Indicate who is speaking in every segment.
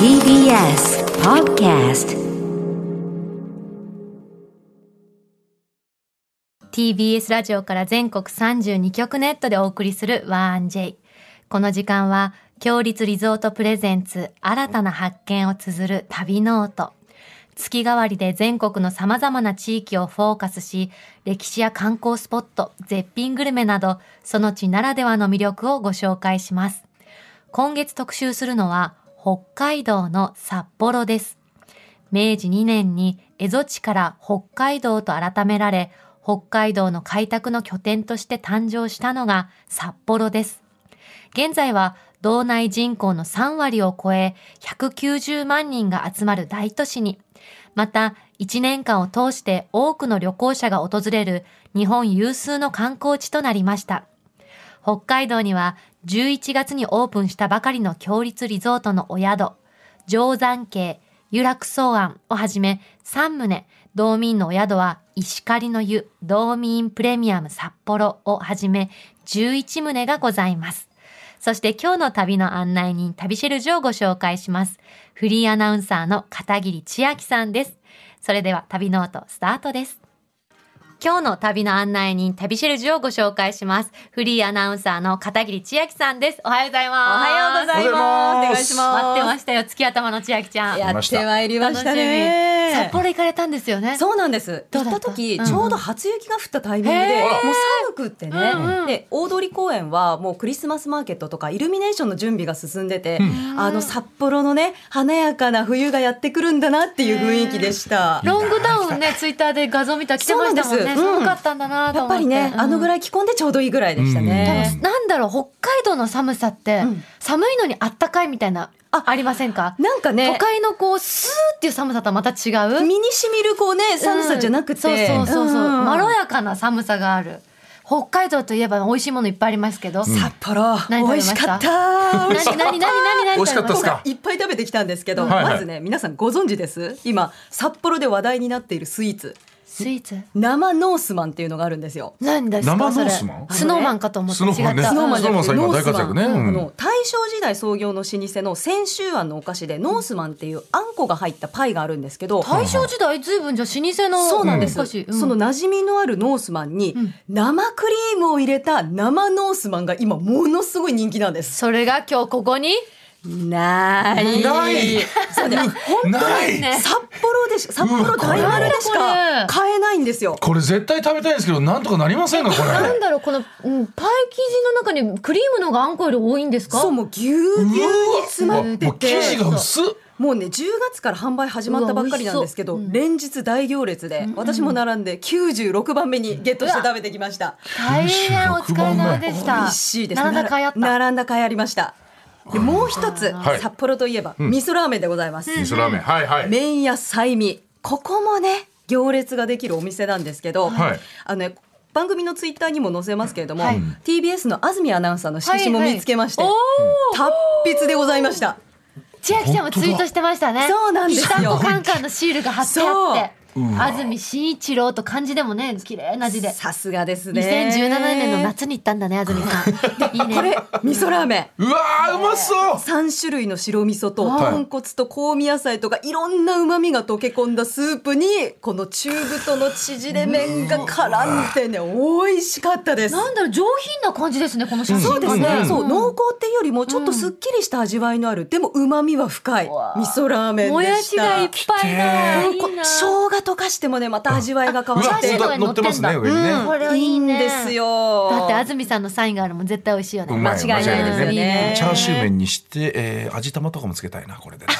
Speaker 1: TBS Podcast
Speaker 2: TBS ラジオから全国32局ネットでお送りするワン j この時間は、強立リゾートプレゼンツ新たな発見を綴る旅ノート。月替わりで全国の様々な地域をフォーカスし、歴史や観光スポット、絶品グルメなど、その地ならではの魅力をご紹介します。今月特集するのは、北海道の札幌です。明治2年に蝦夷地から北海道と改められ、北海道の開拓の拠点として誕生したのが札幌です。現在は道内人口の3割を超え、190万人が集まる大都市に、また1年間を通して多くの旅行者が訪れる日本有数の観光地となりました。北海道には11月にオープンしたばかりの強立リゾートのお宿、定山渓、湯楽草庵をはじめ3棟、道民のお宿は石狩の湯、道民プレミアム札幌をはじめ11棟がございます。そして今日の旅の案内人、旅シェルジュをご紹介します。フリーアナウンサーの片桐千秋さんです。それでは旅ノートスタートです。今日の旅の案内人、旅シェルジュをご紹介します。フリーアナウンサーの片桐千秋さんです。おはようござい
Speaker 3: お
Speaker 2: ます。
Speaker 3: はようございます。お願いします。
Speaker 2: 待ってましたよ、月頭の千秋ちゃん。
Speaker 3: やってまいりま
Speaker 2: 楽
Speaker 3: し
Speaker 2: したみ。
Speaker 3: ね。
Speaker 2: 札幌行かれたんですよね。
Speaker 3: そうなんです。
Speaker 2: ど
Speaker 3: 行
Speaker 2: う
Speaker 3: っ
Speaker 2: だった
Speaker 3: た時、
Speaker 2: うん
Speaker 3: ちょうど初雪が降ったタイミング
Speaker 2: へ
Speaker 3: で、
Speaker 2: ー
Speaker 3: もう寒くってね、
Speaker 2: うんうん
Speaker 3: で大通公園はもうクリスマスマーケットとかイルミネーションの準備が進んでて、あの札幌のね華やかな冬がやってくるんだなっていう雰囲気でした。
Speaker 2: ロングダウンね、ツイッターで画像見たら来てましたも
Speaker 3: そう
Speaker 2: んね。
Speaker 3: なんですうん
Speaker 2: 寒かったんだなと
Speaker 3: や
Speaker 2: 思
Speaker 3: っぱ
Speaker 2: って。
Speaker 3: りね、あのぐ
Speaker 2: い。
Speaker 3: らい着込んでちょうどいいぐらいでしたね。
Speaker 2: なんだろう、北海道の寒さって、
Speaker 3: うん
Speaker 2: 寒いのにあったかいみたいな、あ
Speaker 3: あ
Speaker 2: りませんか、
Speaker 3: なんか
Speaker 2: 都
Speaker 3: ね、
Speaker 2: 会のこう、スーっていう寒さとはまた違
Speaker 3: 身
Speaker 2: う。
Speaker 3: に染みるこうね寒さじゃなくて、
Speaker 2: うんそうそうそうそう、
Speaker 3: ん
Speaker 2: まろやかな寒さがある。北海道といえば美味しいものいっぱいありますけど。
Speaker 3: 札幌
Speaker 2: 何食べ
Speaker 3: 美
Speaker 2: ま
Speaker 3: 味
Speaker 2: した
Speaker 3: しかった。
Speaker 2: 何何 何何何何
Speaker 4: 美味しかったっすか
Speaker 3: いっぱい食べてきたんですけど、
Speaker 4: はいはい
Speaker 3: まずね皆さんご存知です今札幌で話題になっているスイーツ
Speaker 2: スイーツ
Speaker 3: 生ノースマンっていうのがあるんですよ。
Speaker 2: 何ですか
Speaker 4: 生
Speaker 2: それ
Speaker 4: ノースマン
Speaker 2: スノーマンかと思って
Speaker 4: スノーマ
Speaker 2: 違
Speaker 4: ン
Speaker 2: っ
Speaker 4: ね
Speaker 2: た。
Speaker 3: スノーマンじゃなくて
Speaker 4: スノー
Speaker 3: ノ
Speaker 4: マ
Speaker 3: ー
Speaker 4: ン
Speaker 3: ス
Speaker 4: さん今大活
Speaker 3: マン
Speaker 4: 躍ねうん
Speaker 3: あの大正時代創業の老舗の泉州庵のお菓子でノースマンっていうあんこが入ったパイがあるんですけど、
Speaker 2: 大正時代ずいぶんじゃ老舗の
Speaker 3: そうなんです、
Speaker 2: お菓子うん
Speaker 3: その馴染みのあるノースマンに
Speaker 2: ん
Speaker 3: 生クリームを入れた生ノースマンが今ものすごい人気なんです。
Speaker 2: それが今日ここに
Speaker 3: ない。
Speaker 4: ない
Speaker 3: そうね、
Speaker 4: ない、
Speaker 2: ね
Speaker 3: 札幌でし札幌大丸でしか買えないんですよ。
Speaker 4: これ絶対食べたいんですけどなんとかなりませんかこ
Speaker 2: なん
Speaker 4: れ
Speaker 2: だろうこの、うん、パイ生地の中にクリームの方があんこより多いんですか
Speaker 3: そうもうぎゅうぎゅうに詰まってて、
Speaker 4: もう生地が薄っ
Speaker 3: もうね10月から販売始まったばっかりなんですけど、
Speaker 2: うわ美味し
Speaker 3: 連日大行列で、私も並んで96番目にゲットして食べてきました。
Speaker 2: 大変お疲れ様でし
Speaker 3: 美
Speaker 2: た
Speaker 3: 味しいです。
Speaker 2: 並んだかいあった
Speaker 3: 並んだ甲斐ありました。でもう一つ、
Speaker 4: はい
Speaker 3: 札幌といえば、味噌ラーメンでございます。
Speaker 4: 味噌ラーメンはいはい
Speaker 3: 麺屋菜味ここもね行列ができるお店なんですけど、
Speaker 4: はい
Speaker 3: あのね番組のツイッターにも載せますけれども、
Speaker 2: はい
Speaker 3: TBS の安住アナウンサーの色紙も見つけまして、
Speaker 2: はいはい
Speaker 3: 達筆でございました。
Speaker 2: 千秋ちゃんもツイートしてましたね
Speaker 3: 本当だそうなんですよ
Speaker 2: ピタンコカンカンのシールが貼ってあって
Speaker 4: そううわ
Speaker 2: 安住紳一郎と漢字でもね綺麗な字で
Speaker 3: さすがですね。
Speaker 2: 2017年の夏に行ったんだね安住さんいいね
Speaker 3: これ味噌ラーメン。
Speaker 4: うわーうまそう
Speaker 3: 三種類の白味噌と
Speaker 4: はい
Speaker 3: 豚骨と香味野菜とかいろんな旨味が溶け込んだスープにこの中太の縮れ麺が絡んでね美味しかったです。
Speaker 2: なんだろう上品な感じですねこの写真
Speaker 3: そうですね、
Speaker 4: うん
Speaker 3: そう濃厚っていうよりもちょっとすっきりした味わいのある、でも旨味は深い味噌ラーメン
Speaker 2: も
Speaker 3: で
Speaker 2: やし
Speaker 3: し
Speaker 2: がい
Speaker 3: た
Speaker 2: っぱいだ
Speaker 3: こ
Speaker 2: いい
Speaker 3: 生
Speaker 2: な
Speaker 3: 姜溶かしてもねまた味わいが変
Speaker 4: う
Speaker 3: わ
Speaker 4: わ
Speaker 3: って
Speaker 2: 写真とかに載
Speaker 4: 乗
Speaker 2: っ
Speaker 4: ってて
Speaker 2: んだ
Speaker 4: ますね上にね、
Speaker 2: これはいい
Speaker 3: ん
Speaker 2: ね
Speaker 3: ですよ
Speaker 2: だって安住さんのサインがあるもん絶対美味しいよね
Speaker 4: うまい
Speaker 3: 間違いないですよね
Speaker 2: いいね
Speaker 4: チャーシュー麺にして、えー、味玉とかもつけたいなこれでね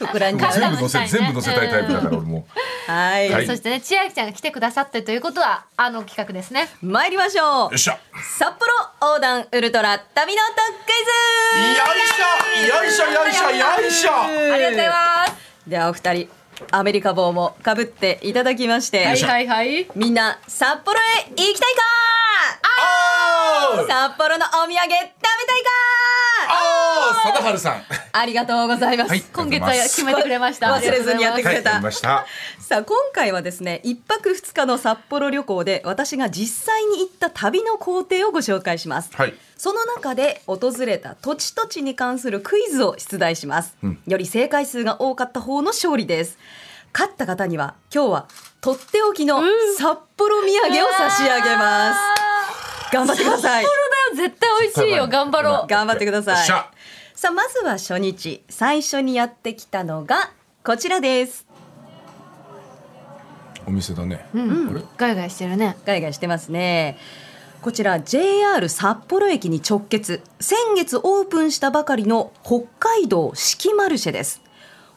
Speaker 3: 膨らんじゃう
Speaker 4: 全部乗せ全部乗せたいタイプだから俺も
Speaker 3: はい、
Speaker 4: はい
Speaker 2: そしてね千秋ちゃんが来てくださってるということはあの企画ですね
Speaker 3: 参りましょう
Speaker 4: よっしゃよ
Speaker 3: 札幌横断ウルトラ旅の特クイズ
Speaker 4: いしょよいしょよいしょよいしょ
Speaker 2: ありがとうございます
Speaker 3: すではお二人アメリカ帽もかぶっていただきまして、
Speaker 2: はいはいはい
Speaker 3: みんな札幌へ行きたいか
Speaker 4: あー
Speaker 3: 札幌のお土産食べたいか
Speaker 4: あー貞治さん
Speaker 3: ありがとうございます。
Speaker 4: はい
Speaker 2: 今月は決めてくれました。
Speaker 3: 忘れずにやってく
Speaker 4: は
Speaker 3: れ
Speaker 4: い、
Speaker 3: た
Speaker 4: やりました。
Speaker 3: さあ今回はですね1泊2日の札幌旅行で私が実際に行った旅の工程をご紹介します、
Speaker 4: はい
Speaker 3: その中で訪れた土地土地に関するクイズを出題します、より正解数が多かった方の勝利です勝った方には今日はとっておきの札幌 土産を差し上げます、頑張ってください
Speaker 2: 絶対美味しいよ。頑張ろう。
Speaker 3: 頑張ってくださ
Speaker 4: よ
Speaker 3: い
Speaker 4: っしゃ
Speaker 3: さあまずは初日最初にやってきたのがこちらです
Speaker 4: お店だね。
Speaker 2: うん
Speaker 4: あれ
Speaker 2: ガイガイしてるね。
Speaker 3: ガイガイしてますね。こちら JR 札幌駅に直結先月オープンしたばかりの北海道四季マルシェです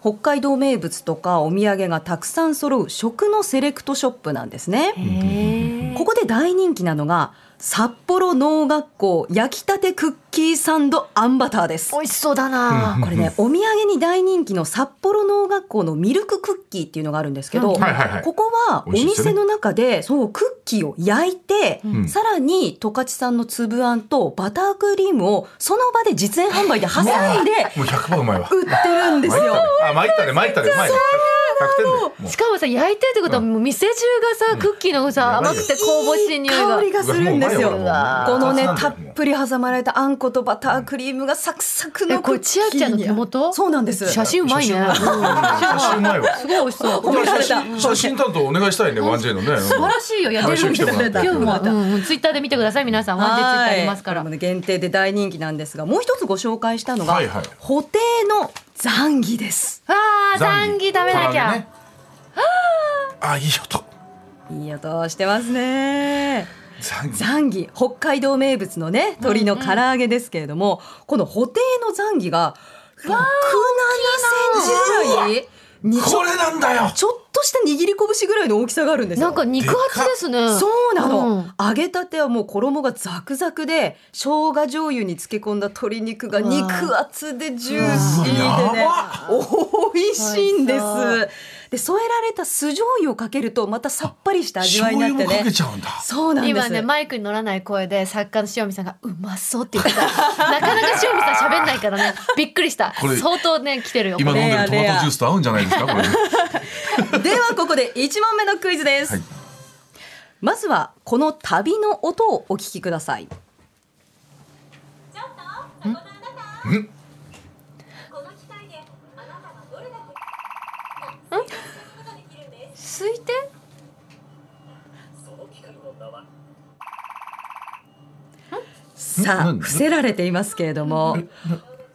Speaker 3: 北海道名物とかお土産がたくさん揃う食のセレクトショップなんですね
Speaker 2: へえ。
Speaker 3: ここで大人気なのが札幌農学校焼きたてクッキーサンドあんバターです
Speaker 2: 美味しそうだな。
Speaker 3: これね、お土産に大人気の札幌農学校のミルククッキーっていうのがあるんですけど、
Speaker 2: うん
Speaker 4: はいはいはい
Speaker 3: ここはお
Speaker 4: 美味しいですよね
Speaker 3: 店の中でそうクッキーを焼いて、
Speaker 4: ん
Speaker 3: さらに十勝産の粒あんとバタークリームをその場で実演販売で挟んで
Speaker 4: もう100%うまいわ。
Speaker 3: 売ってるんですよ。
Speaker 4: あ、参ったね、参ったね、うまいね。100点で。もう
Speaker 2: しかもさ焼いてるってことはもう店中がさクッキーのさ
Speaker 4: やば
Speaker 2: 甘
Speaker 4: いよ
Speaker 2: くて香ばしい匂いが
Speaker 3: 香りがするんですよ。
Speaker 4: う
Speaker 3: こ
Speaker 4: わうまいわ
Speaker 3: のね
Speaker 4: もう
Speaker 3: たっぷり挟まれたあんことバタークリームがサクサク
Speaker 2: え
Speaker 3: の
Speaker 2: こ
Speaker 3: ク
Speaker 2: れ
Speaker 3: ッキ
Speaker 2: 千
Speaker 3: ーに。
Speaker 2: 秋ちゃんの手元
Speaker 3: そうなんです。
Speaker 2: 写真うまいね
Speaker 4: 写真うまい写真うまいわ。
Speaker 2: すごい美味しそう
Speaker 3: 褒められた
Speaker 4: 写真担当お願いしたいね、ワンジェイのね。
Speaker 2: 素晴らしいよやってるんだ
Speaker 4: はい
Speaker 2: 今日もうんうんツイッターで見てください皆さんワンデーツイッターありますか
Speaker 3: はい
Speaker 2: ら
Speaker 3: これもね限定で大人気なんですが、もう一つご紹介したのが、
Speaker 4: はいはい
Speaker 3: 補定の残儀です。
Speaker 2: わあ残儀食べなき
Speaker 4: 唐揚
Speaker 2: ゃ、
Speaker 4: げねあ、いい音。
Speaker 3: いい音してますね。
Speaker 4: 残儀。
Speaker 3: 残儀、北海道名物のね、鶏の唐揚げですけれども、この補定の残儀が六七センチぐらいにち
Speaker 4: こ
Speaker 3: ょ
Speaker 4: れなんだよ。
Speaker 3: ちょっとした握り拳ぐらいの大きさがあるんですよ。
Speaker 2: なんか肉厚ですね
Speaker 3: そうなの、
Speaker 2: ん
Speaker 3: 揚げたてはもう衣がザクザクで生姜醤油に漬け込んだ鶏肉が
Speaker 2: うわ
Speaker 3: 肉厚でジューシーでね
Speaker 4: う
Speaker 3: 美味しいんで
Speaker 2: 美
Speaker 3: す
Speaker 2: 味しそ
Speaker 3: で添えられた酢醤油をかけるとまたさっぱりした味わ
Speaker 4: 醤
Speaker 3: いにな
Speaker 4: 油
Speaker 3: って
Speaker 4: もか
Speaker 3: ね
Speaker 4: けちゃうんだ。
Speaker 3: そうなんです
Speaker 2: 今ねマイクに乗らない声で作家の塩見さんが「うまそう」って言ってたなかなか塩見さん喋んないからねびっくりした
Speaker 4: これ
Speaker 2: 相当ね来てるよ
Speaker 4: 今
Speaker 2: これ
Speaker 4: 飲んでるトマトジュースと合うんじゃないですか、これ。
Speaker 3: ではここで1問目のクイズです、
Speaker 4: はい
Speaker 3: まずはこの旅の音をお聞きください
Speaker 4: うん
Speaker 2: すいて
Speaker 3: さあ
Speaker 4: 何
Speaker 3: 伏せられていますけれども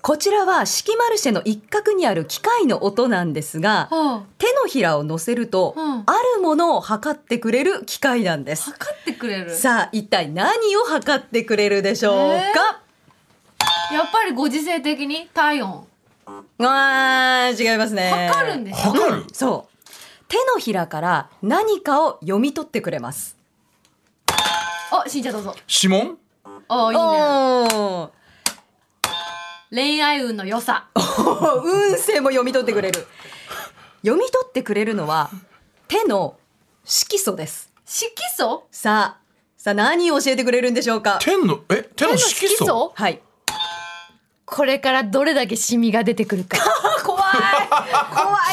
Speaker 3: こちらは四季マルシェの一角にある機械の音なんですが
Speaker 2: は
Speaker 3: 手のひらを乗せると、
Speaker 2: うん
Speaker 3: あるものを測ってくれる機械なんで
Speaker 2: あ
Speaker 3: す
Speaker 2: 測ってくれる
Speaker 3: さあ一体何を測ってくれるでしょうか、
Speaker 2: やっぱりご時世的に体温
Speaker 3: わー違いますね
Speaker 2: 測るんですよ、
Speaker 4: 測る。
Speaker 3: そう手のひらから何かを読み取ってくれます
Speaker 2: あしんちゃんどうぞ
Speaker 4: 指紋。
Speaker 2: あいいね
Speaker 3: おー
Speaker 2: 恋愛運の良さ
Speaker 3: 運勢も読み取ってくれる読み取ってくれるのは手の色素です
Speaker 2: 色素
Speaker 3: さあさあ何を教えてくれるんでしょうか
Speaker 4: 天の、え、手の色素。
Speaker 3: はい
Speaker 2: これからどれだけシミが出てくるか
Speaker 3: 怖い怖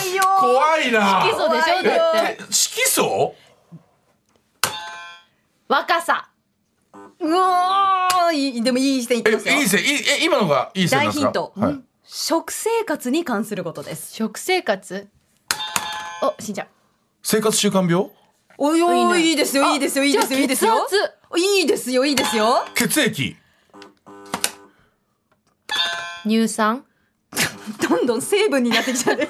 Speaker 3: いよ
Speaker 4: 怖いな。
Speaker 2: 色素でしょ
Speaker 3: 怖いよ
Speaker 2: だって
Speaker 4: え色素。
Speaker 2: 若さ
Speaker 3: うおーいいでもいい線いって
Speaker 4: え、
Speaker 3: ますよ
Speaker 4: いい線、いい、え、今のがいい線なん
Speaker 3: 大
Speaker 4: です
Speaker 3: ヒ
Speaker 4: か。
Speaker 3: ント、
Speaker 4: は
Speaker 3: う
Speaker 4: い
Speaker 3: ん食生活に関することです
Speaker 2: 食生活おしんちゃん
Speaker 4: 生活習慣病。
Speaker 3: おいお
Speaker 2: いい
Speaker 3: い
Speaker 2: ね
Speaker 3: いいですよいいですよいいですよいいですよ
Speaker 2: じゃあ血圧
Speaker 3: いいですよいいですよ
Speaker 4: 血液。
Speaker 2: 乳酸
Speaker 3: どんどん成分になってきちゃうね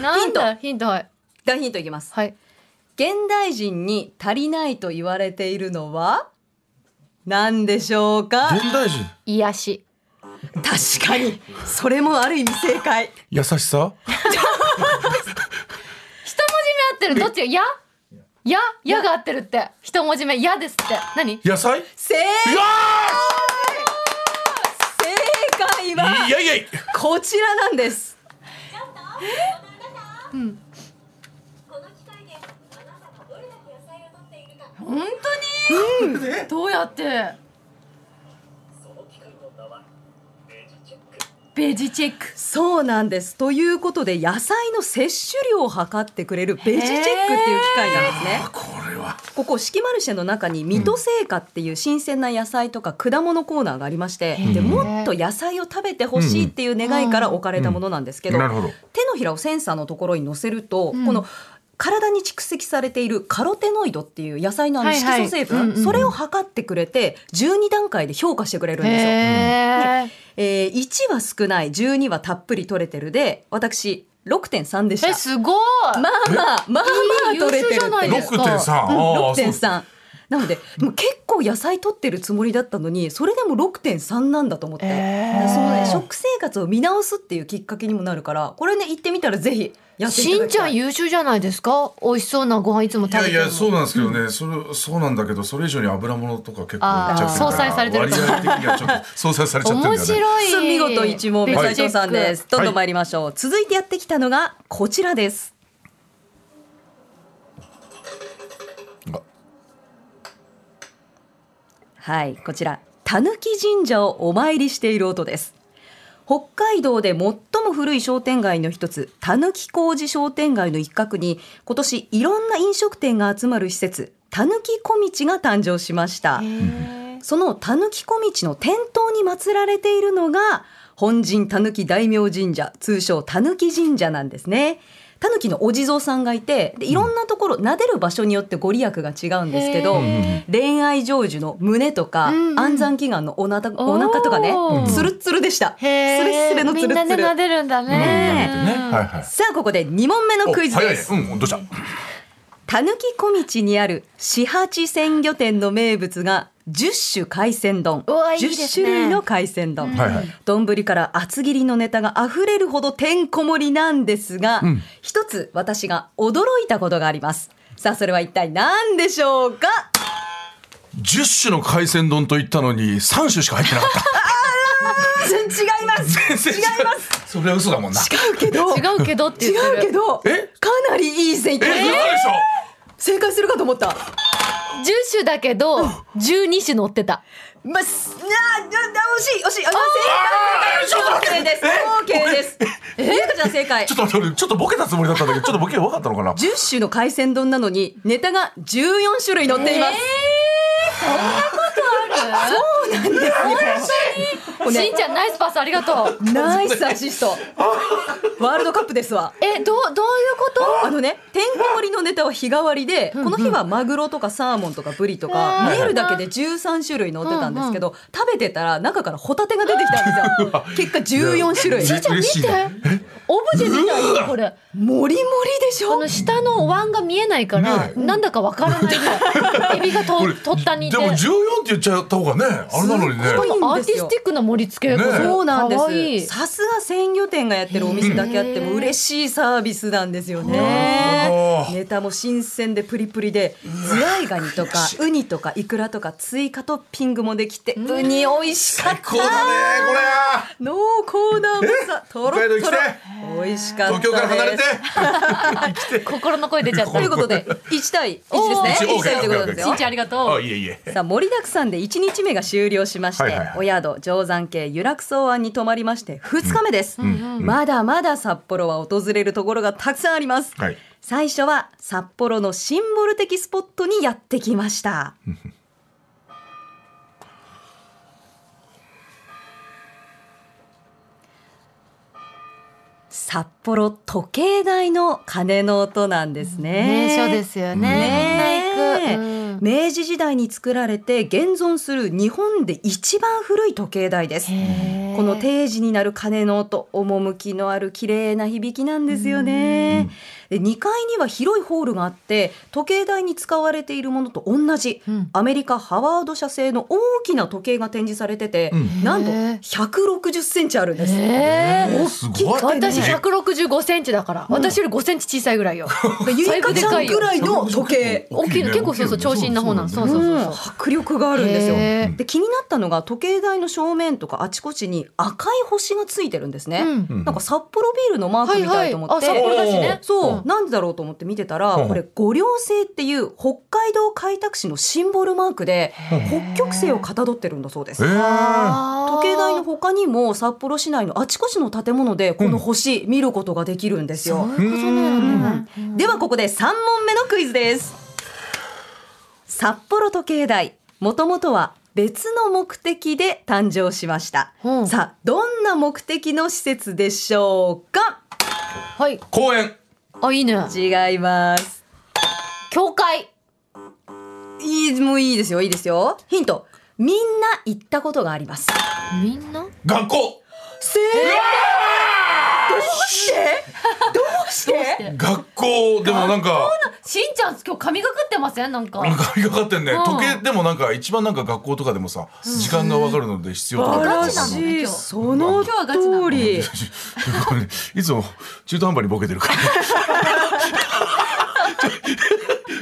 Speaker 2: なんだヒントはい
Speaker 3: 大ヒントいきます
Speaker 2: はい
Speaker 3: 現代人に足りないと言われているのは何でしょうか
Speaker 4: 現代人。
Speaker 2: 癒し
Speaker 3: 確かにそれもある意味正解
Speaker 4: 優しさ。
Speaker 2: 一文字目合ってるどっちがやややが合ってるって一文字目やですって何
Speaker 4: 野菜。
Speaker 3: 正
Speaker 4: いや
Speaker 3: 正解
Speaker 4: ー。い
Speaker 3: は
Speaker 4: やいやいや。
Speaker 3: こちらなんです
Speaker 2: 本当にどうやってページチェック。
Speaker 3: そうなんです。ということで野菜の摂取量を測ってくれるベジチェックっていう機械なんですね
Speaker 4: あ。これは
Speaker 3: ここ四季マルシェの中に水戸製菓っていう新鮮な野菜とか果物コーナーがありまして、
Speaker 2: うん
Speaker 3: で
Speaker 2: へー
Speaker 3: もっと野菜を食べてほしいっていう願いから置かれたものなんですけど,、
Speaker 4: なるほど
Speaker 3: 手のひらをセンサーのところに乗せると、
Speaker 2: うん
Speaker 3: この体に蓄積されているカロテノイドっていう野菜のあの
Speaker 2: はい
Speaker 3: 色
Speaker 2: は
Speaker 3: 素
Speaker 2: い
Speaker 3: 成
Speaker 2: うん
Speaker 3: 分、
Speaker 2: うんうん
Speaker 3: それを測ってくれて12段階で評価してくれるんですよ。
Speaker 2: へー
Speaker 3: えー、1は少ない12はたっぷり取れてるで私6.3でした
Speaker 2: え、すごい。
Speaker 3: まあまあまあまあ
Speaker 2: いい
Speaker 3: 取れてるって
Speaker 2: 優秀じゃない
Speaker 3: いう
Speaker 2: ですか
Speaker 4: 6.3あ
Speaker 3: うん
Speaker 4: ーそう
Speaker 3: 6.3なのででも結構野菜取ってるつもりだったのにそれでも6.3なんだと思って、
Speaker 2: え
Speaker 3: だからそのね
Speaker 2: ー
Speaker 3: 食生活を見直すっていうきっかけにもなるからこれね行ってみたらぜひやってい
Speaker 2: し
Speaker 3: ただ
Speaker 2: ん
Speaker 3: き
Speaker 2: ちゃ
Speaker 3: た
Speaker 2: ん
Speaker 3: い
Speaker 2: 優秀じゃないですか。美味しそうなご飯いつも
Speaker 4: い
Speaker 2: 食べ
Speaker 4: や
Speaker 2: て
Speaker 4: い
Speaker 2: るの
Speaker 4: やそうなんですけどね、それそうなんだけどそれ以上に油物とか結構
Speaker 2: あー
Speaker 4: いっちゃってるから
Speaker 2: 相殺されてる
Speaker 4: 割合的にはちょっと相殺されちゃってるん
Speaker 2: 面
Speaker 4: だよね
Speaker 2: 白い。
Speaker 3: そう見事一問目
Speaker 2: ベ
Speaker 3: 斉
Speaker 2: ジチ
Speaker 3: 藤
Speaker 2: ェック
Speaker 3: さんです、
Speaker 4: はい
Speaker 3: どんどん参りましょう、続いてやってきたのがこちらです
Speaker 4: あ
Speaker 3: はいこちらたぬき神社をお参りしている音です北海道で最も古い商店街の一つ、たぬき工事商店街の一角に、今年いろんな飲食店が集まる施設、たぬき小道が誕生しました
Speaker 2: へ。ー
Speaker 3: そのたぬき小道の店頭に祀られているのが、本陣たぬき大名神社、通称たぬき神社なんですね。たぬきのお地蔵さんがいて、でいろんなところ、撫でる場所によってご利益が違うんですけど
Speaker 2: へ、ー
Speaker 3: 恋愛成就の胸とか、
Speaker 2: うんうん
Speaker 3: 安産祈願のおなたお腹とかね
Speaker 2: おー
Speaker 3: ツルッツルでした。ス
Speaker 2: へー
Speaker 3: レスレのツル
Speaker 2: みんな
Speaker 3: ッツ
Speaker 2: で
Speaker 3: ル。
Speaker 2: 撫でるんだね。
Speaker 4: ねはいはい
Speaker 3: さあここで2問目のクイズです。
Speaker 4: お早いねうんどうした
Speaker 3: たぬき小道にある四八鮮魚店の名物が10種海鮮丼
Speaker 2: うわいいです
Speaker 3: 10
Speaker 2: ね
Speaker 3: 種類の海鮮丼、
Speaker 4: はいはい
Speaker 3: 丼から厚切りのネタがあふれるほどてんこ盛りなんですが、
Speaker 4: ん
Speaker 3: 一つ私が驚いたことがありますさあそれは一体何でしょうか
Speaker 4: 10種の海鮮丼と言ったのに3種しか入ってなかった
Speaker 3: 違います
Speaker 4: 全然
Speaker 3: 違
Speaker 4: 違う
Speaker 3: いま
Speaker 4: それは嘘だもんな
Speaker 3: 違うけど違
Speaker 2: 違うけどって言ってる。
Speaker 3: うけどか
Speaker 4: え
Speaker 3: なりいい線いって
Speaker 4: え
Speaker 3: ま
Speaker 4: 嘘
Speaker 3: す
Speaker 4: でし
Speaker 3: よ正解するかと思った
Speaker 2: 10種だけど12種乗ってた。
Speaker 3: まあ、すなあ、な、な、惜しい、惜しい、あ、正解、正解です。オーケーです。え、ゆうかちゃん正解
Speaker 4: ょ。っと待って俺ちょっとボケたつもりだったんだけどちょっとボケが分かったのかな
Speaker 3: 十種の海鮮丼なのに、ネタが十四種類載っています。おね
Speaker 2: しんちゃんナイスパスありがとう。
Speaker 3: ナイスアシスト。 ワールドカップですわ。
Speaker 2: えどうどういうこと？
Speaker 3: あのね、てんこ盛りのネタは日替わりで、この日はマグロとかサーモンとかブリと
Speaker 2: う
Speaker 3: か、
Speaker 2: ん
Speaker 3: 見えるだけで13種類載ってたんですけど、食べてたら中からホタテが出てきたん ですよ。結果14種類
Speaker 4: い。や
Speaker 2: しんちゃん見
Speaker 4: 嬉しいな
Speaker 2: て。オブジェみたいよこれ。
Speaker 3: もりもりでし
Speaker 2: あ
Speaker 3: ょ
Speaker 2: の下のお椀が見えないから、なんだかわからないぐらい。エビがと
Speaker 4: これ
Speaker 2: 取ったにいて。
Speaker 4: でも14って言っちゃった方がねあれなのにね
Speaker 3: すごい
Speaker 2: アーティスティックな盛り付け。
Speaker 4: ね
Speaker 2: これ
Speaker 3: そうなんで
Speaker 2: かわいい
Speaker 3: す。さすが鮮魚店がやってるお店だけあっても嬉しいサービスなんですよ
Speaker 4: なる
Speaker 3: ね
Speaker 4: ほ。ど
Speaker 3: ネタも新鮮でプリプリで、ズワイガニとかウニとかイクラとか追加トッピングもできて、ウニ美味しかっ
Speaker 4: 最
Speaker 3: た
Speaker 4: 高。だねこれ
Speaker 3: 濃厚な甘さ、とろっとろ
Speaker 4: 北海道行。
Speaker 3: 美味しかったです。
Speaker 4: 東京から離れ て
Speaker 2: 心の声出ちゃっ
Speaker 3: と
Speaker 2: た
Speaker 3: い。うことで、1対1ですね。
Speaker 4: おー
Speaker 3: 1対1ということです
Speaker 2: し
Speaker 3: よ
Speaker 2: んち。ゃんありがと
Speaker 4: あ
Speaker 2: う。
Speaker 4: いえい え
Speaker 3: さあ盛りだくさんで1日目が終了しまして、
Speaker 4: はいはいはい
Speaker 3: お宿定山系由楽草庵に泊まりまして2日目です、
Speaker 4: んうん
Speaker 3: まだまだ札幌は訪れるところがたくさんあります、
Speaker 4: はい
Speaker 3: 最初は札幌のシンボル的スポットにやってきま した札幌時計台の鐘の音なんですね
Speaker 2: 名所ですよね。みんな行く。うん
Speaker 3: 明治時代に作られて現存する日本で一番古い時計台です。
Speaker 2: へー
Speaker 3: この定時になる鐘の音、趣のある綺麗な響きなんですよね。で2階には広いホールがあって、時計台に使われているものと同じ、
Speaker 2: うん
Speaker 3: アメリカハワード社製の大きな時計が展示されてて、
Speaker 4: うん
Speaker 3: なんと
Speaker 2: へー
Speaker 3: 160センチあるんです。
Speaker 2: えー
Speaker 4: おすごい
Speaker 2: 私165センチだから、私より5センチ小さいぐらいよ。
Speaker 3: でゆいかちゃんぐらいの時計。
Speaker 2: 大きいの結構そうそう長身な方なの。そうそう
Speaker 3: う
Speaker 2: そ
Speaker 3: ん
Speaker 2: うそう。
Speaker 3: 迫力があるんですよ
Speaker 2: へー
Speaker 3: で気になったのが時計台の正面とかあちこちに赤い星がついてるんですね、
Speaker 2: うん
Speaker 3: なんか札幌ビールのマークみたいと思って、
Speaker 2: あ、札幌だし
Speaker 4: お
Speaker 2: ね
Speaker 4: ー。
Speaker 3: そう、
Speaker 2: ん
Speaker 3: なんでだろうと思って見てたら、
Speaker 4: うん
Speaker 3: これ五稜星っていう北海道開拓市のシンボルマークで北極星をかたどってるんだそうで
Speaker 4: え
Speaker 3: す。
Speaker 4: ー、
Speaker 2: 時
Speaker 3: 時計台の他にも札幌市内のあちこちの建物でこの星見ることができるんですよ。
Speaker 2: そういうことなんだね。
Speaker 3: ではここで3問目のクイズです札幌時計台もともとは別の目的で誕生しました、
Speaker 2: うん
Speaker 3: さあどんな目的の施設でしょうか
Speaker 2: はい。
Speaker 4: 公園
Speaker 2: あ、いいね。
Speaker 3: 違います
Speaker 2: 教会。
Speaker 3: いいもういいですよいいですよヒントみんな行ったことがあります
Speaker 2: みんな
Speaker 4: 学校
Speaker 3: 正解どうしてどうして
Speaker 4: 学校でもなんか
Speaker 2: しんちゃん今日髪がかってませんなんか。
Speaker 4: なんかありかかってんね、
Speaker 2: うん
Speaker 4: 時計でもなんか一番なんか学校とかでもさ、時間がわかるので必要と
Speaker 3: 素
Speaker 4: か
Speaker 3: 晴
Speaker 2: ガ
Speaker 3: ら
Speaker 2: チなの
Speaker 3: し
Speaker 2: ね
Speaker 3: い
Speaker 2: 今日
Speaker 3: その通
Speaker 2: 今日はガチなの
Speaker 3: り
Speaker 4: いつも中途半端にボケてるから。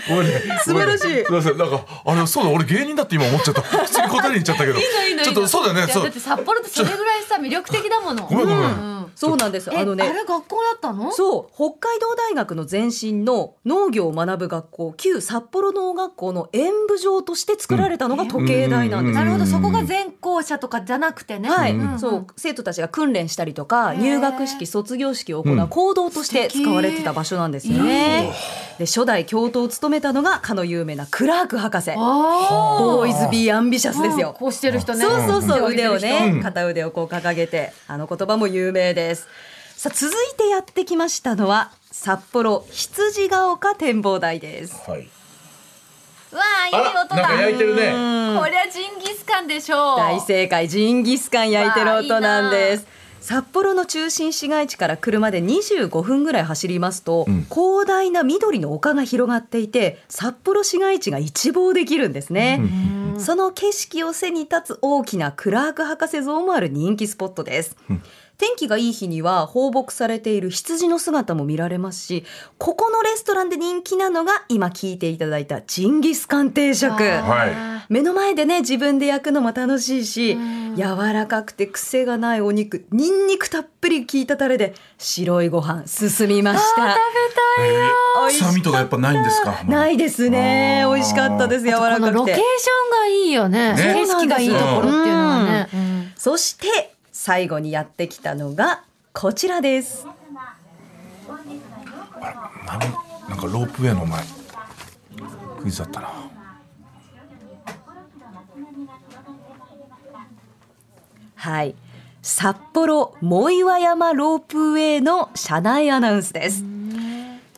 Speaker 4: ごめんね。
Speaker 3: 素晴らしい
Speaker 4: ごめんねすみません。なんか、あれ、そうだ、俺芸人だって今思っちゃった。普通に答えに言っちゃったけど。
Speaker 2: いいのいいのいいの
Speaker 4: ちょっと、そうだよ
Speaker 2: い
Speaker 4: ね。
Speaker 2: や
Speaker 4: そ
Speaker 2: だっ
Speaker 4: う
Speaker 2: て。札幌ってそれぐらいさ魅力的だもの。
Speaker 4: ごめんごめん
Speaker 2: うん
Speaker 3: そうなんです
Speaker 2: え、
Speaker 3: あのね
Speaker 2: あれ学校だったの？
Speaker 3: そう北海道大学の前身の農業を学ぶ学校旧札幌農学校の演舞場として作られたのが時計台なんです。
Speaker 2: なるほど、そこが全校舎とかじゃなくてね。
Speaker 3: はい、
Speaker 2: ん
Speaker 3: そう生徒たちが訓練したりとか
Speaker 2: へー
Speaker 3: 入学式卒業式を行う行動として使われてた場所なんですよ
Speaker 2: うん
Speaker 3: ね。で初代教頭を務めたのがかの有名なクラーク博士
Speaker 2: ああ。
Speaker 3: ボーイズ・ビー・アンビシャスですよ。
Speaker 2: こうしてる人ね。
Speaker 3: そうそうそう、
Speaker 2: 手
Speaker 3: 腕
Speaker 2: を
Speaker 3: を
Speaker 2: 上げてる人。
Speaker 3: ね、片腕をこう掲げて、あの言葉も有名です。さあ、続いてやってきましたのは、札幌羊ヶ丘展望台です。
Speaker 4: はい。
Speaker 2: うわあ、いい音だ。
Speaker 4: てるね。
Speaker 2: こりゃジンギスカンでしょう。
Speaker 3: 大正解、ジンギスカン焼いてる音なん
Speaker 2: わあい
Speaker 3: で
Speaker 2: い
Speaker 3: す。札幌の中心市街地から車で25分ぐらい走りますと、
Speaker 4: ん
Speaker 3: 広大な緑の丘が広がっていて札幌市街地が一望できるんですね、その景色を背に立つ大きなクラーク博士像もある人気スポットです、天気がいい日には放牧されている羊の姿も見られますしここのレストランで人気なのが今聞いていただいたジンギスカン定食
Speaker 4: は
Speaker 3: 目の前でね自分で焼くのも楽しいし
Speaker 2: うん
Speaker 3: 柔らかくて癖がないお肉ニンニクたっぷり効いたタレで白いご飯進みました
Speaker 4: え
Speaker 3: 美
Speaker 4: ー
Speaker 3: 味しかった
Speaker 4: 臭みとかやっぱないんですか。
Speaker 3: ないですね
Speaker 4: あー
Speaker 3: 美味しかったです柔
Speaker 2: こ
Speaker 3: ら
Speaker 2: の
Speaker 3: か
Speaker 2: ロ
Speaker 3: く
Speaker 2: ケーショ
Speaker 3: て
Speaker 2: ンがいいよね。
Speaker 4: ね
Speaker 2: 景色がいいところっていうのはね。うん
Speaker 3: そして最後にやってきたのがこちらです
Speaker 4: なんなんかロープウェイの前。クイズだったな。
Speaker 3: はい札幌藻岩山ロープウェイの車内アナウンスです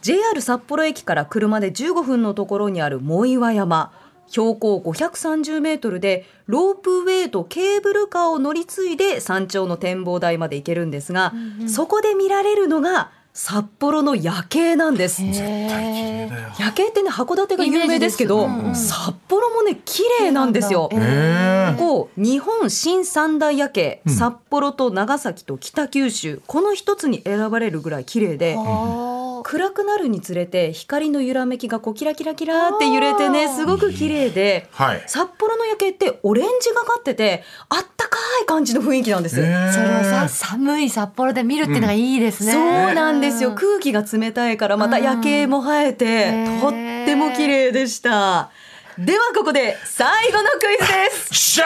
Speaker 3: JR 札幌駅から車で15分のところにある藻岩山標高530メートルでロープウェイとケーブルカーを乗り継いで山頂の展望台まで行けるんですが、そこで見られるのが札幌の夜景なんです
Speaker 4: 絶対綺麗だよ。
Speaker 3: 夜景ってね函館が有名ですけど
Speaker 2: イメージですうんうん
Speaker 3: 札幌もね綺麗なんですよ。
Speaker 4: ええ。
Speaker 3: こう日本新三大夜景、
Speaker 4: ん
Speaker 3: 札幌と長崎と北九州この一つに選ばれるぐらい綺麗で
Speaker 2: あ
Speaker 3: 暗くなるにつれて光の揺らめきがこうキラキラキラって揺れてね
Speaker 2: あー
Speaker 3: すごく綺麗で
Speaker 4: はい。
Speaker 3: 札幌の夜景ってオレンジがかっててあったかい感じの雰囲気なんです。
Speaker 2: ーそれを
Speaker 4: え
Speaker 2: さ
Speaker 4: ー
Speaker 2: 寒い札幌で見るっていうのがいいですね。
Speaker 3: そうなんですよ
Speaker 2: うん
Speaker 3: 空気が冷たいからまた夜景も生えて
Speaker 2: うん
Speaker 3: とっても綺麗でしたではここで最後のクイズです
Speaker 4: しゃ。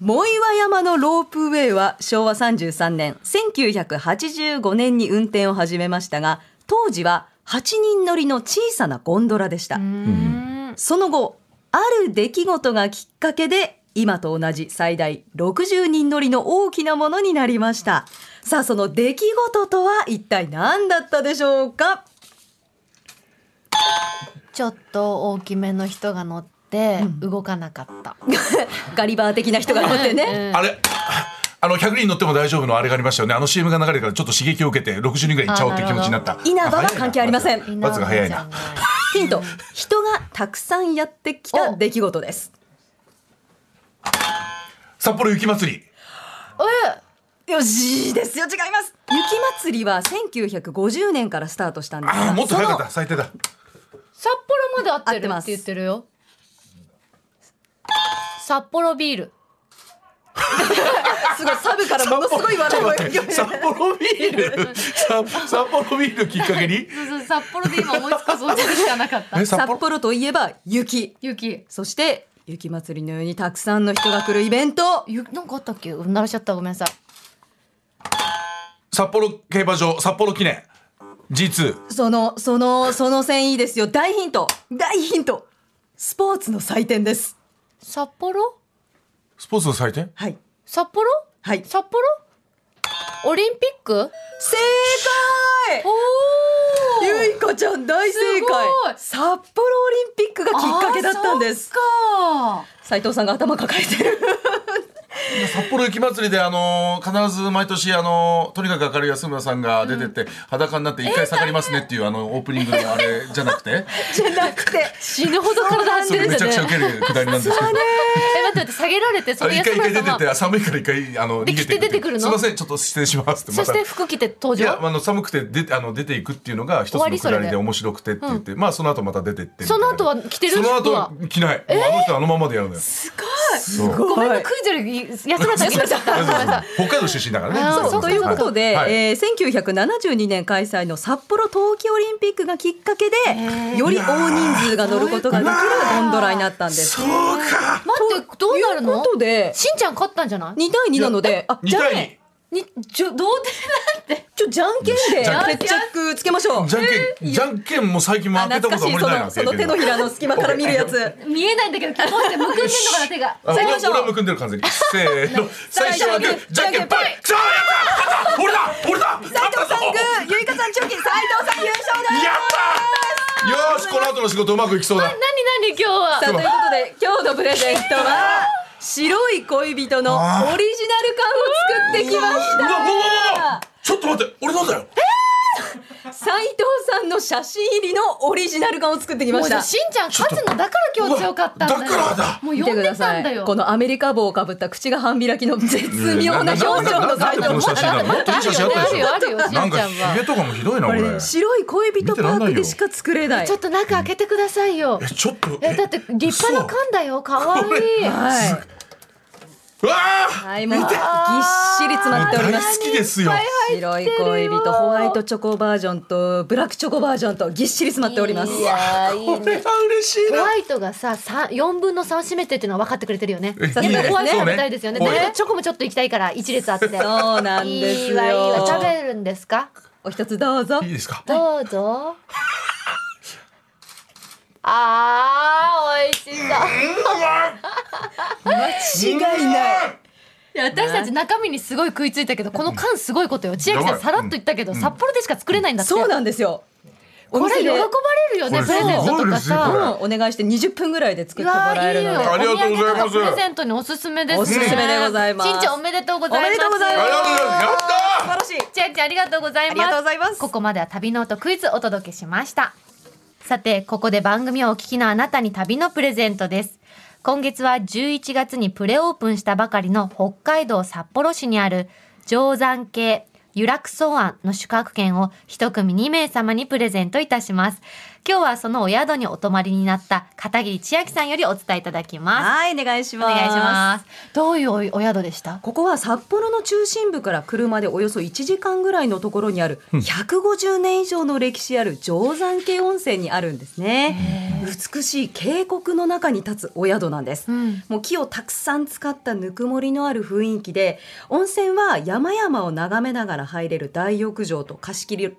Speaker 3: 藻岩山のロープウェイは昭和33年1985年に運転を始めましたが当時は8人乗りの小さなゴンドラでした、
Speaker 2: うん
Speaker 3: その後ある出来事がきっかけで今と同じ最大60人乗りの大きなものになりましたさあその出来事とは一体何だったでしょうか
Speaker 2: ちょっと大きめの人が乗って動かなかった。
Speaker 3: ガリバー的な人が乗ってね
Speaker 4: あれあの100人乗っても大丈夫のあれがありましたよね。あの CM が流れてからちょっと刺激を受けて60人ぐらいいっちゃおうって気持ちになった。
Speaker 3: 稲葉は関係ありません
Speaker 2: みんな
Speaker 4: 罰が早いな。
Speaker 3: ヒント人がたくさんやってきた出来事です
Speaker 4: 札幌雪まつり。
Speaker 3: よしいいですよ違います雪祭りは1950年からスタートしたんです
Speaker 4: あ
Speaker 3: が
Speaker 4: あ、もっと早かっ
Speaker 3: そ
Speaker 4: た。
Speaker 3: の
Speaker 4: 最低だ。
Speaker 2: 札幌まで合ってる
Speaker 3: 合ってま
Speaker 2: っ
Speaker 3: す
Speaker 2: て言ってるよ。札幌ビール。
Speaker 3: すごいサブからものすごい笑い声が聞こえる
Speaker 4: 札幌ビールさ札幌ビールきっかけに
Speaker 2: そうそう札幌で今思いつく想像しかなかった
Speaker 4: え
Speaker 3: 札
Speaker 4: 札幌
Speaker 3: 幌といえば雪
Speaker 2: 雪
Speaker 3: そして雪祭りのようにたくさんの人が来るイベント
Speaker 2: ゆなんかあったっけうん鳴らしちゃったごめんなさい
Speaker 4: 札幌競馬場札幌記念 G2
Speaker 3: そのそのその線いいですよ大ヒント大ヒントスポーツの祭典です
Speaker 2: 札幌
Speaker 4: スポーツの祭典
Speaker 3: はい
Speaker 2: 札幌
Speaker 3: はい
Speaker 2: 札幌オリンピック
Speaker 3: 正解
Speaker 2: おお
Speaker 3: ゆいこちゃん大正
Speaker 2: すごい
Speaker 3: 解札幌オリンピックがきっかけだったんです
Speaker 2: あ
Speaker 3: 斉藤さんが頭抱えてる
Speaker 4: 札幌雪祭りであのー必ず毎年あのーとにかく明るい安村さんが出てって、裸になって一回下がりますねっていうあのオープニングのあれじゃなくて
Speaker 3: じゃなくて
Speaker 2: そっか死ぬほど体張っ
Speaker 4: そ
Speaker 2: て
Speaker 4: れ
Speaker 2: るんで
Speaker 4: めちゃく
Speaker 2: す
Speaker 4: ちゃ
Speaker 2: よ
Speaker 4: ウ
Speaker 2: ね
Speaker 4: ケるくだりなんですけ
Speaker 2: え待
Speaker 4: ど。
Speaker 2: って待って下げられてそ
Speaker 4: あ
Speaker 2: れ
Speaker 4: 一
Speaker 2: 安
Speaker 4: 回一
Speaker 2: 村
Speaker 4: 回
Speaker 2: さ
Speaker 4: 出
Speaker 2: ん
Speaker 4: て
Speaker 2: は
Speaker 4: ってあ寒いから一回あの逃
Speaker 2: で
Speaker 4: げて
Speaker 2: 着て出てくるの
Speaker 4: すいませんちょっと失礼しますって
Speaker 2: そして
Speaker 4: た
Speaker 2: 服着て登
Speaker 4: いや
Speaker 2: 場
Speaker 4: あの寒くてであの出ていくっていうのが一つ
Speaker 2: 終わり
Speaker 4: の
Speaker 2: そ
Speaker 4: く
Speaker 2: れ
Speaker 4: だ
Speaker 2: で
Speaker 4: りで面白くてって言って、まあその後また出てってみたいな
Speaker 2: その後は着てる
Speaker 4: そ
Speaker 2: 服
Speaker 4: の
Speaker 2: は
Speaker 4: 後着ない、もうあの人あのままでやるのよ
Speaker 3: すごい
Speaker 4: そう
Speaker 2: ごめんねクイズより安村さんよ くちゃったごめんなさい
Speaker 4: 北海道出身だからね
Speaker 2: あー
Speaker 4: そう
Speaker 2: そ
Speaker 4: そうう
Speaker 3: ということで、
Speaker 4: はい
Speaker 3: えー1972年開催の札幌冬季オリンピックがきっかけでより大人数が乗ることができるゴンドラになったんです。
Speaker 4: そうか
Speaker 2: 待ってどうなる
Speaker 3: という
Speaker 2: の
Speaker 3: ことで
Speaker 2: しんちゃん勝ったんじゃない
Speaker 3: 2対2なのであ
Speaker 4: 2
Speaker 3: じゃんけ
Speaker 4: 対
Speaker 3: ん
Speaker 2: にじょ同点
Speaker 3: ちょじゃんけん
Speaker 4: じゃん
Speaker 3: で決着つけましょう
Speaker 4: 2。じゃんけんじゃんけんも最近負
Speaker 3: あ
Speaker 4: けた
Speaker 3: 懐
Speaker 4: こ
Speaker 3: かし
Speaker 4: と
Speaker 3: いそ
Speaker 4: あんまりないな
Speaker 3: のその手のひらの隙間から見るやつ。
Speaker 2: 見えないんだけど、こうしてむくんでんのかな手が。
Speaker 4: あ
Speaker 3: さあ
Speaker 4: 俺
Speaker 3: 行きましょう
Speaker 4: 俺はむくんでる完全にせーの最初はグーじ
Speaker 3: じ
Speaker 4: ゃ
Speaker 3: ゃ
Speaker 4: ん
Speaker 3: ん
Speaker 4: け
Speaker 3: け
Speaker 4: ん
Speaker 3: ん
Speaker 4: ぽい
Speaker 3: ぽい
Speaker 4: じゃあやった勝った俺だ俺だ
Speaker 3: 斉藤
Speaker 4: 勝った
Speaker 3: さ
Speaker 4: ぞ
Speaker 3: んグー、ゆいかさんチョキ、斉藤さん優勝です。
Speaker 4: やったよーしこの後の仕事うまくいきそうだ
Speaker 2: 何何今日は
Speaker 3: さあということで今日のプレゼントは白い恋人のオリジナル缶を作ってきまし
Speaker 4: うわうわうわう
Speaker 3: た
Speaker 4: わちょっと待って俺なんだよ
Speaker 3: 斉藤さんの写真入りのオリジナル缶を作ってきま
Speaker 2: も
Speaker 3: し
Speaker 2: うじゃ
Speaker 3: た
Speaker 2: あしんちゃん勝つのだから今日強かったんだよ。
Speaker 4: うわだからだ
Speaker 2: もう
Speaker 3: 見
Speaker 2: 呼
Speaker 3: て
Speaker 2: ん
Speaker 3: く
Speaker 2: で
Speaker 3: だ
Speaker 2: た
Speaker 3: さ
Speaker 2: んだ
Speaker 3: い
Speaker 2: よ。
Speaker 3: このアメリカ帽をかぶった口が半開きの絶妙な表情の
Speaker 4: な
Speaker 3: 斉
Speaker 4: んでこの
Speaker 3: 藤
Speaker 4: 写真
Speaker 3: さん
Speaker 4: なの
Speaker 2: またあ
Speaker 4: いい
Speaker 2: る
Speaker 4: 写真あ
Speaker 2: よ
Speaker 4: っ
Speaker 2: ね
Speaker 4: た
Speaker 2: あ
Speaker 4: で
Speaker 2: る
Speaker 4: し
Speaker 2: よ
Speaker 4: ょ
Speaker 2: あるよしんちゃん
Speaker 4: なんかヒゲ
Speaker 2: は。
Speaker 4: とかもひどいな
Speaker 3: こ
Speaker 4: これ
Speaker 3: れ白い恋人パークでしか作れない
Speaker 2: ちょっと中開けてくださいよ
Speaker 4: え。ちょっと
Speaker 2: えだって立派な缶だよ。可愛いい。
Speaker 3: はい、
Speaker 4: うわあ
Speaker 3: はい、もうぎっしり詰まっており
Speaker 4: 大
Speaker 3: ま
Speaker 4: 好
Speaker 3: す
Speaker 4: きですよ
Speaker 3: 白い恋人ホワイトチョコバージョンとブラックチョコバージョンとぎっしり詰まっております
Speaker 2: いやーい
Speaker 4: こ
Speaker 2: い
Speaker 4: れ
Speaker 2: ね。
Speaker 4: は嬉しい
Speaker 2: ホ
Speaker 4: な
Speaker 2: ワイトがさ三四分の三占めてっていうのは分かってくれてるよね。やっぱ
Speaker 4: さすが
Speaker 2: りホワイト
Speaker 4: そう
Speaker 2: 食
Speaker 4: ね
Speaker 2: べたいですよね。
Speaker 4: そう
Speaker 2: だ
Speaker 4: ね
Speaker 2: けどチョコもちょっと行きたいから一列あって。
Speaker 3: そうなんですよ
Speaker 2: いいわいいわ食べるんですか。
Speaker 3: お一つどうぞ
Speaker 4: いいですか
Speaker 2: どうぞ。あー、美味しそう。
Speaker 3: 違いない
Speaker 2: いや私たち中身にすごい食いついたけど、この缶すごいことよ。千秋さんさらっと言ったけど、札幌でしか作れないんだって。
Speaker 3: そうなんですよお
Speaker 2: これ
Speaker 3: 店
Speaker 2: 喜ば
Speaker 3: で
Speaker 2: れるよね、
Speaker 4: こ
Speaker 2: プ
Speaker 4: れ
Speaker 2: レゼント
Speaker 4: すご
Speaker 2: と
Speaker 4: い
Speaker 2: か
Speaker 4: ですよこれ
Speaker 2: さ。
Speaker 3: お願いして20分ぐらいで作
Speaker 2: う
Speaker 3: ってもら
Speaker 2: わ
Speaker 3: え
Speaker 2: い
Speaker 3: る
Speaker 2: い
Speaker 3: の
Speaker 2: よ。
Speaker 3: で
Speaker 4: ありがとうござい
Speaker 2: お土産と
Speaker 4: ます
Speaker 2: かプレゼントにおすすめですね。
Speaker 3: おすすめでございます
Speaker 2: しんちゃんおめでとうござ
Speaker 3: お
Speaker 2: います。
Speaker 3: めでとうござい
Speaker 4: あり
Speaker 3: ま
Speaker 4: が
Speaker 3: す
Speaker 4: とうございますやった
Speaker 3: 素晴
Speaker 4: ー
Speaker 3: らしい
Speaker 2: 千秋ちゃんありがとうございます。
Speaker 3: ありがとうございます
Speaker 2: ここまでは旅ノートクイズお届けしました。さて、ここで番組をお聞きのあなたに旅のプレゼントです。今月は11月にプレオープンしたばかりの北海道札幌市にある定山系由楽草庵の宿泊券を一組2名様にプレゼントいたします。今日はそのお宿にお泊まりになった片桐千秋さんよりお伝えいただきます。
Speaker 3: はいお願いし
Speaker 2: お
Speaker 3: ます
Speaker 2: 願いします。どういうお宿でした
Speaker 3: ここは札幌の中心部から車でおよそ1時間ぐらいのところにある150年以上の歴史ある定山系温泉にあるんですね美しい渓谷の中に立つお宿なんです、
Speaker 2: うん
Speaker 3: もう木をたくさん使ったぬくもりのある雰囲気で温泉は山々を眺めながら入れる大浴場と貸し切り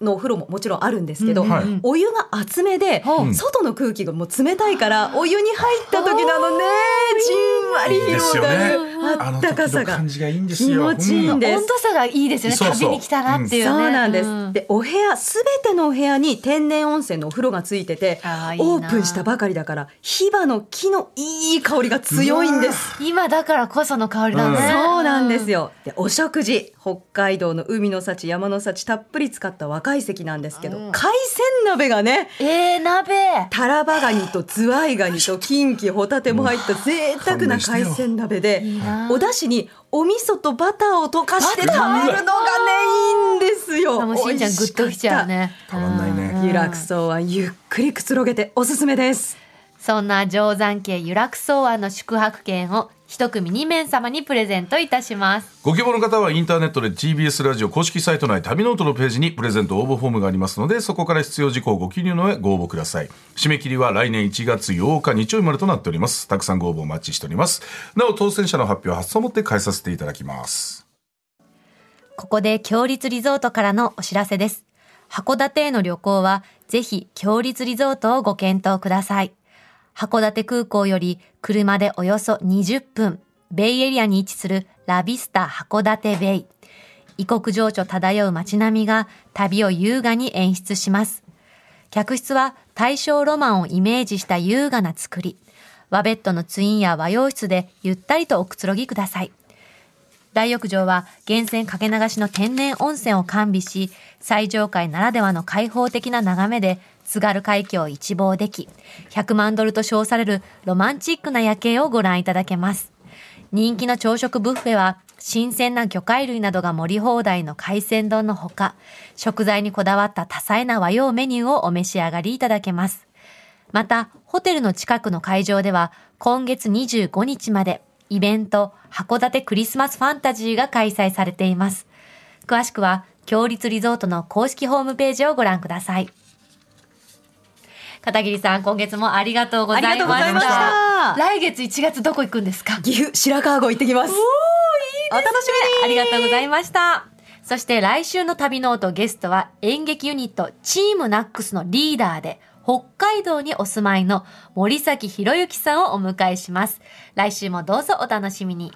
Speaker 3: のお風呂ももちろんあるんですけど、
Speaker 4: うんはい
Speaker 3: お湯が厚めで、
Speaker 2: うん
Speaker 3: 外の空気がもう冷たいからお湯に入った時なのねじんわり広がるあったかさが
Speaker 4: 感じがいいんです
Speaker 3: 気
Speaker 4: よ
Speaker 3: 持ちいいん
Speaker 4: で
Speaker 3: です
Speaker 2: 温度差がいいですよね。
Speaker 4: そうそう
Speaker 2: 旅に来たなっていうね。
Speaker 3: そうなんです、
Speaker 2: うん
Speaker 3: でお部屋すべてのお部屋に天然温泉のお風呂がついてて
Speaker 2: あーいいな
Speaker 3: オープンしたばかりだからヒバの木のいい香りが強いんです
Speaker 2: 今だからこその香りだね。
Speaker 4: うん
Speaker 3: そうなんですよでお食事北海道の海の幸山の幸たっぷり使った若い席なんですけど、海鮮鍋がね
Speaker 2: うん。えー、鍋。
Speaker 3: タラバガニとズワイガニとキンキホタテも入った贅沢な海鮮鍋で
Speaker 2: いいな
Speaker 3: お出汁にお味噌とバターを溶かして食べるのがねいいんですよ
Speaker 2: もうしんちゃんグッときちゃうね。
Speaker 4: 美味しかったたまんないね
Speaker 2: うん
Speaker 3: リラクソはゆっくりくつろげておすすめです
Speaker 2: そんな定山渓由楽草庵の宿泊券を一組2名様にプレゼントいたします。
Speaker 4: ご希望の方はインターネットで TBS ラジオ公式サイト内旅ノートのページにプレゼント応募フォームがありますのでそこから必要事項をご記入の上ご応募ください締め切りは来年1月8日日曜日までとなっておりますたくさんご応募お待ちしておりますなお当選者の発表は発送をもって返させていただきます
Speaker 2: ここで強立リゾートからのお知らせです。函館への旅行は、ぜひ強立リゾートをご検討ください。函館空港より車でおよそ20分、ベイエリアに位置するラビスタ函館ベイ。異国情緒漂う街並みが旅を優雅に演出します。客室は大正ロマンをイメージした優雅な作り。和ベッドのツインや和洋室でゆったりとおくつろぎください。大浴場は源泉かけ流しの天然温泉を完備し、最上階ならではの開放的な眺めで津軽海峡を一望でき、100万ドルと称されるロマンチックな夜景をご覧いただけます。人気の朝食ブッフェは、新鮮な魚介類などが盛り放題の海鮮丼のほか、食材にこだわった多彩な和洋メニューをお召し上がりいただけます。また、ホテルの近くの会場では、今月25日まで、イベント、函館クリスマスファンタジーが開催されています。詳しくは、強立リゾートの公式ホームページをご覧ください。片桐さん、今月もありがとうございました。
Speaker 3: ありがとうございました
Speaker 2: 来月1月どこ行くんですか
Speaker 3: 岐阜白川郷行ってきます。お楽し
Speaker 2: ありがとうございました。そして来週の旅ノートゲストは演劇ユニットチームナックスのリーダーで北海道にお住まいの森崎博之さんをお迎えします。来週もどうぞお楽しみに。